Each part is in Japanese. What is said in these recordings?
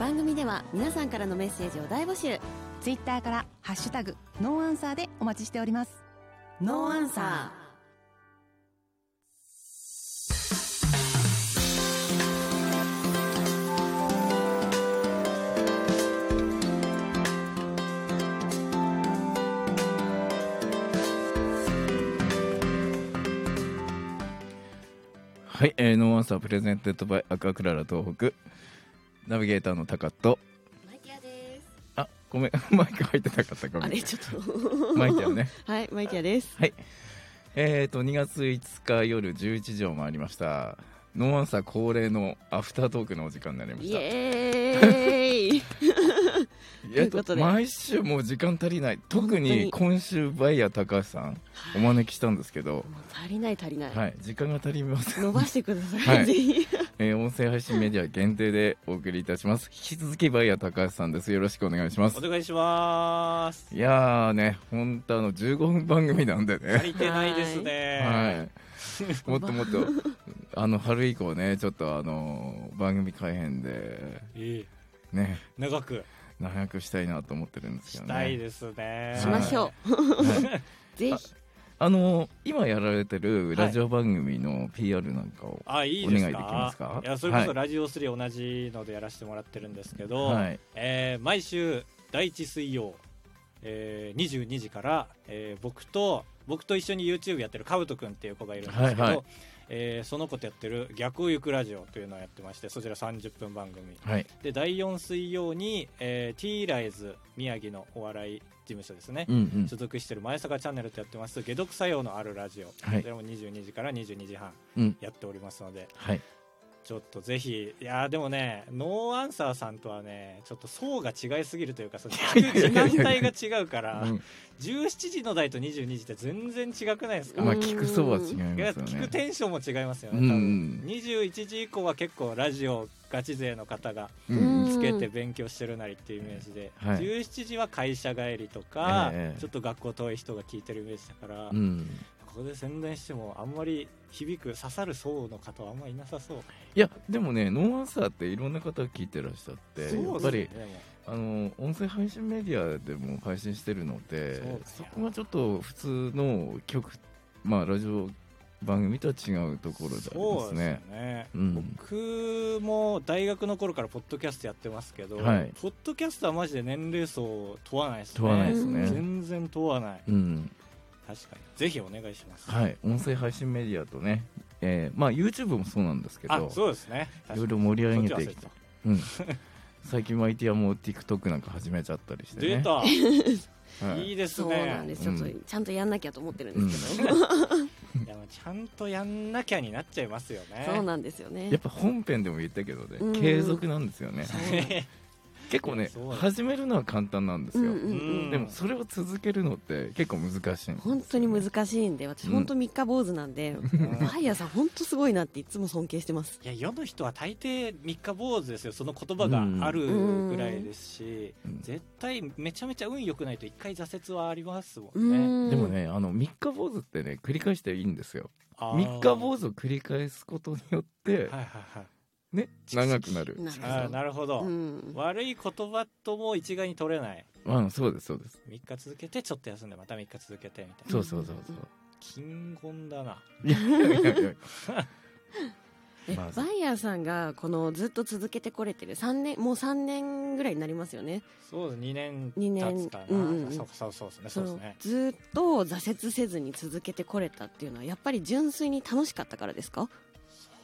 番組では皆さんからのメッセージを大募集ツイッターからハッシュタグノーアンサーでお待ちしておりますノーアンサーはい、えー、ノーアンサープレゼンテッドバイアクアクララ東北ナビゲーターのタカとマイキアですあごめん マイク入ってなかったごめあんれちょっとマイキアね はいマイキアですはいえーと2月5日夜11時を回りましたノーアンサー恒例のアフタートークのお時間になりましイたエ ーイいやということで毎週もう時間足りない特に本今週バイヤー高橋さんお招きしたんですけど、もう足りない足りない、はい、時間が足りません伸ばしてください、はいぜひえー音声配信メディア限定でお送りいたします引き続きバイヤー高橋さんですよろしくお願いしますお願いしますいやーね本当あの15分番組なんで足ねりてないですねはいもっともっとあの春以降ねちょっとあの番組改編でいいね長く長くしたいなと思ってるんですけしどねたいですねしましょう、はいぜひあの今やられてるラジオ番組の PR なんかを、あいいですかお願いできますかいやそれこはそいラジオ3同じのでやらせてもらってるんですけど、はいえー毎週第1水曜、えー22時から、えー僕と僕と一緒に YouTube やってるカブトくんっていう子がいるんですけど、はいはいえーその子とやってる「逆を行くラジオ」というのをやってましてそちら30分番組はいで第4水曜に、えー、T ライズ宮城のお笑い事務所ですね、うんうん所属してる前坂チャンネルとやってます解毒作用のあるラジオ、はいこちらも22時から22時半うんやっておりますのではいちょっとぜひいやーでもねノーアンサーさんとはねちょっと層が違いすぎるというかそのいやいやいや時いや間帯が違うからうん17時の台と22時って全然違くないですか、まあ聞くそうは違いいまやすよ聞くねテンションも違いますよね、うん多分21時以降は結構ラジオガチ勢の方がうんつけて勉強してるなりっていうイメージで、はい17時は会社帰りとか、ええちょっと学校遠い人が聞いてるイメージだから、うんここで宣伝してもあんまり響く刺さる層の方はあんまりいなさそういやでもねノーアンサーっていろんな方聞いてらっしゃってそうやっぱりですねでもあの音声配信メディアでも配信してるのでそうですそねこはちょっと普通の曲まあラジオ番組とは違うところでありまそすうですよねねうん僕も大学の頃からポッドキャストやってますけど、はいポッドキャストはマジで年齢層を問わないですね問わないですね全然問わない、うん確かにぜひお願いします、はい音声配信メディアとねえーまあ YouTube もそうなんですけあどそうですねいろいろ盛り上げていそっきちたはうん最近マイティアも TikTok なんか始めちゃったりして出ねた、、はいいいですそうなんねです、ちょっうとちゃんとやんなきゃと思ってるんですけど、いやまあちゃんとやんなきゃになっちゃいますよね。そうなんですよねやっぱ本編でも言ったけどうんね継続なんですよね結構ねそう始めるのは簡単なんですうんうよんうんでもそれを続けるのって結構難しいんですよね本当に難しいんで私うん本当三日坊主なんで、ん毎朝本当すごいなっていつも尊敬してます いや世の人は大抵三日坊主ですよその言葉があるぐらいですし、うん絶対めちゃめちゃ運良くないと一回挫折はありますもうんね。ーんでもねあの三日坊主ってね繰り返していいんですよあー三日坊主を繰り返すことによってはいはいはい。ね長くなるなるあーほなるほどど、うん悪い言葉とも一概に取れない。うんそうですそうです三日続けてちょっと休んでまた三日続けてみたいな。そうそうそうそう金言だな。いやいやいやいやえまあバイヤーさんがこのずっと続けてこれてる三年もう三年ぐらいになりますよねそうです二年二年経つかな。うんうんうんそうかそうそうですねそうですね。そのずっと挫折せずに続けてこれたっていうのはやっぱり純粋に楽しかったからですか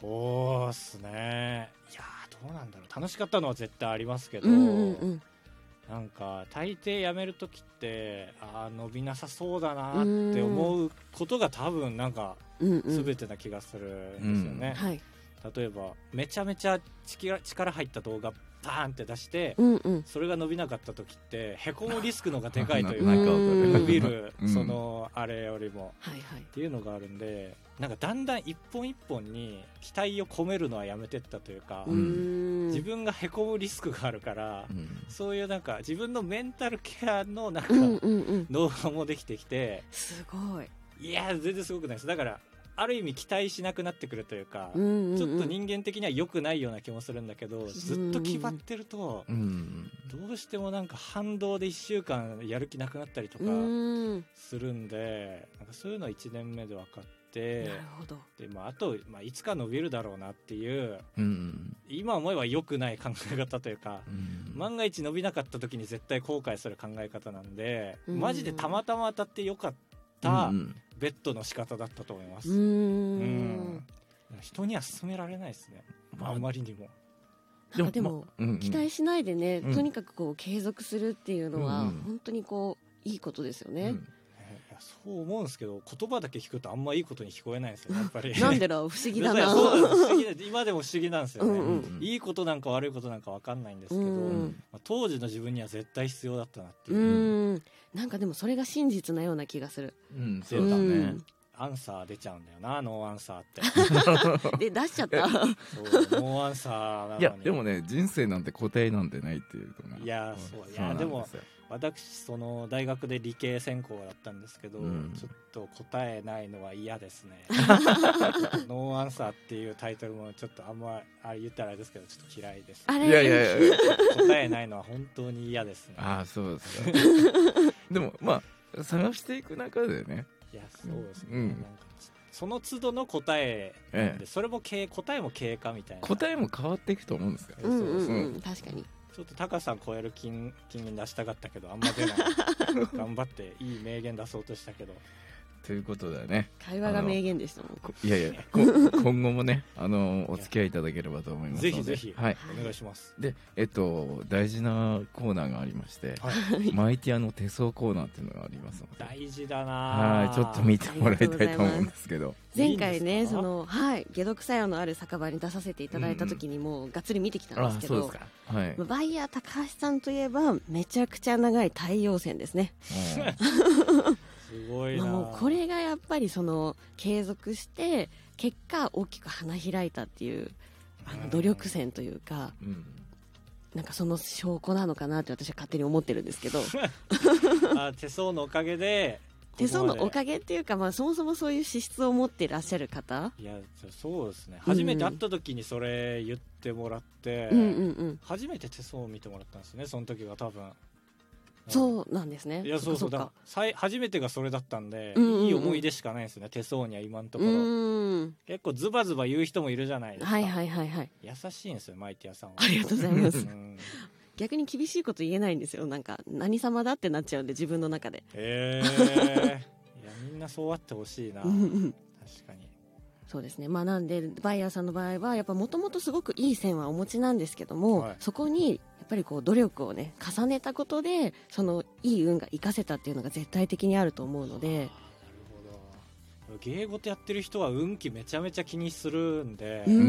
そうっすねいやーどうなんだろう楽しかったのは絶対ありますけど、うんうんうんなんか大抵辞める時ってあー伸びなさそうだなって思うことが多分なんかうんうん全てな気がするんですよね、はい例えばめちゃめちゃ力力入った動画バーンって出して、うんうんそれが伸びなかった時ってへこむリスク のがでかいというなかんかわうんかる伸びるうんそのあれよりも、はいはいっていうのがあるんでなんかだんだん一本一本に期待を込めるのはやめてったというか、うーん自分がへこむリスクがあるから、うんそういうなんか自分のメンタルケアのなんかうんうんうん動画もできてきて、すごいいや全然すごくないですだからある意味期待しなくなってくるというか、うんうんうんちょっと人間的には良くないような気もするんだけど、ずっと決まってると、うんどうしてもなんか反動で1週間やる気なくなったりとかうーんするんで、なんかそういうの1年目で分かっなてる、ほどでまあ、あと、まあ、いつか伸びるだろうなっていう、うん今思えば良くない考え方というかう、ん万が一伸びなかった時に絶対後悔する考え方なんで、うんマジでたまたま当たって良かったうんベッドの仕方だったと思いまうす。ーうんん人には勧められないですね。まああまりにも。なんかでも、まうんうん期待しないでね、うんとにかくこう継続するっていうのは、うんうん本当にこういいことですようね、んえーいやそう思うんですけど、言葉だけ聞くとあんまいいことに聞こえないんですよ、やっぱり。 なんでだろう不思議だいやな そうなんです不思議だ今でも不思議なんですよね。うんうんいいことなんか悪いことなんかわかんないんですけど、うんまあ当時の自分には絶対必要だったなってういう、ーんなんかでもそれが真実なような気がするうんそうだね アンサー出ちゃうんだよな、ノーアンサーって。うんで出しちゃったそう、ノーアンサーなのに。いやでもね人生なんて固定なんてないっていうのがいやそういやなんでもすよ私、その大学で理系専攻だったんですけど、うんちょっと答えないのは嫌で すね。ノーアンサーっていうタイトルもちょっとあんまあ言ったらあれですけど、ちょっと嫌いです。 あれいやいやいや答えないのは本当に嫌ですね。ああそうですかでもまあ探していく中でねいや、そうですね。うんなんかその都度の答ええで、えそれも経答えも経過みたいな。答えも変わっていくと思うんですようんうんそううん確かにちょっと高さん超える金金銀出したかったけど、あんま出 ない。頑張っていい名言出そうとしたけど。ということでね会話が名言でしたもんこいやいやこ今後もねあのお付き合いいただければと思いますのでぜひぜひはいお願いします。でえっと大事なコーナーがありましてはい。 マイティアの手相コーナーっていうのがありますので大事だなはぁいちょっと見てもらいたいと思うんですけど前回ねいいんですかそのはい解毒作用のある酒場に出させていただいた時にもうがっつり見てきたんですけど、かはいまあバイヤー高橋さんといえばめちゃくちゃ長い太陽線ですね、 すごいなまあ、ぁもうこれがやっぱりその継続して結果大きく花開いたっていうあの努力線というかうんうんなんかその証拠なのかなって私は勝手に思ってるんです けどあ手相のおかげで手相のおげかげっていうか、まあ、そもそもそういう資質を持っていらっしゃる方、いやそうですね初めて会った時にそれ言ってもらって、うんうんうん初めて手相を見てもらったんですねその時が多分そうなんですねいやそうそうかださい初めてがそれだったんで、うんうんうんいい思い出しかないですね手相には今のとうころ、ーん結構ズバズバ言う人もいるじゃないですか、はいはいはいはい優しいんですよマイティアさんはありがとうございますん逆に厳しいこと言えないんですよなんか何様だってなっちゃうんで自分の中でへえー、いやみんなそうあってほしいなうん確 うんかにそうですねまあなんでバイヤーさんの場合はやっぱもともとすごくいい線はお持ちなんですけども、はいそこにやっぱりこう努力をね重ねたことでそのいい運が生かせたっていうのが絶対的にあると思うのであーなるほど芸事やってる人は運気めちゃめちゃ気にするんで、ううん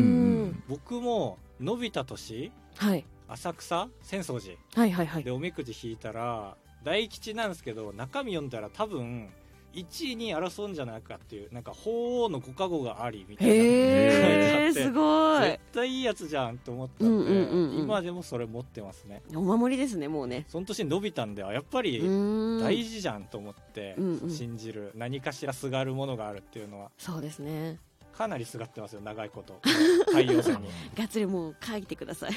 ん僕も伸びた年はい浅草浅草寺はいはいはいでおみくじ引いたら大吉なんですけど中身読んだら多分1位に争うんじゃないかっていうなんか鳳凰のご加護がありみたいなへえ書いてあって すごい絶対いいやつじゃんと思ったんで、うんうんうんうん今でもそれ持ってますねお守りですねもうねその年伸びたんであやっぱうりーん大事じゃんと思ってうんうん信じる何かしらすがるものがあるっていうのはそうですねかなりすがってますよ長いこと太陽さ んにがっつりもう書いてください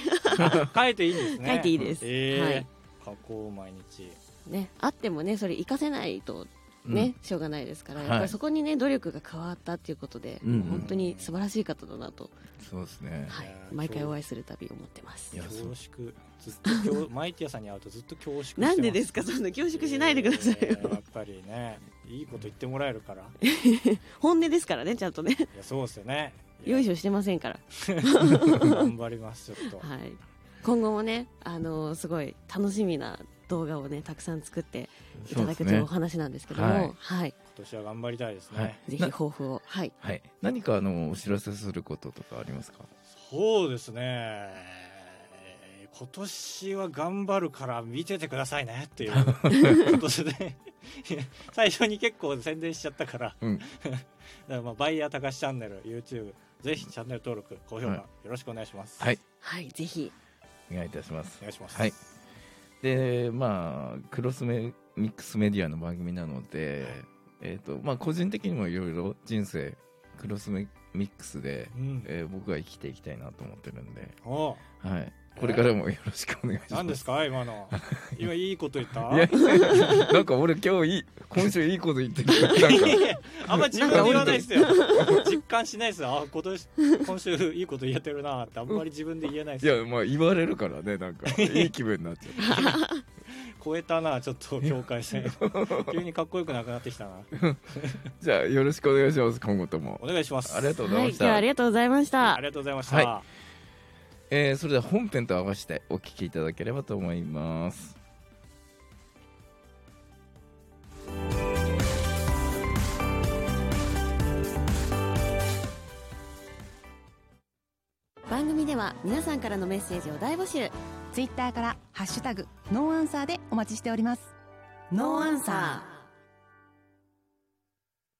書いていいんですね 書いていいです、えはえい加工毎日ね、あってもねそれ活かせないとね、しょうがないですからはやいっぱりそこにね、努力が変わったっていうことで、うんうん本当に素晴らしい方だなと、そうですねはいいや、ー毎回お会いするたび思ってますいや恐そう縮ずっと 恐マイティアさんに会うとずっと恐縮してまなんでですかそんな恐縮しないでくださいええやよっぱりねいいこと言ってもらえるから い本音ですからねちゃんとねやそうですよねいや よいしょしてませんから、頑張りますちょっとはい、今後もねあのーすごい楽しみな動画をねたくさん作っていただくというお話なんですけども、そうはでいす、今年は頑張りたいですね、はいぜひ抱負をはいはい何かあのお知らせすることとかありますかそうですねえー今年は頑張るから見ててくださいねっ ていう今年で いや最初に結構宣伝しちゃったから,、うんだからまあバイヤーたかしチャンネル YouTube ぜひチャンネル登録高評は価、いよろしくお願いします、はいはいぜひお願いいたしますお願いします、はいでまあクロスメミックスメディアの番組なので、えっとまあ、個人的にもいろいろ人生クロスミックスで、うんえー僕は生きていきたいなと思ってるんで、おうはい、これからもよろしくお願いします。何ですか 今の今いいこと言ったいやいやい やなんか俺今日いい今週いいこと言 ってきたなんかいやいや あんま自分で言わないですよ実感しないですよあ今年今週いいこと言えてるなってあんまり自分で言えないでいすよやまあ言われるからねなん かいい気分になっちゃ超えたなちょっと境界 線急にかっこよくなくなってきたなうじゃあよろしくお願いします今後ともお願いしますありがとうございはいま今し日た、はありがとうございましたありがとうございました、はえーそれでは本編と合わせてお聞きいただければと思います番組では皆さんからのメッセージを大募集ツイッターからハッシュタグノーアンサーでお待ちしております。ノーアンサー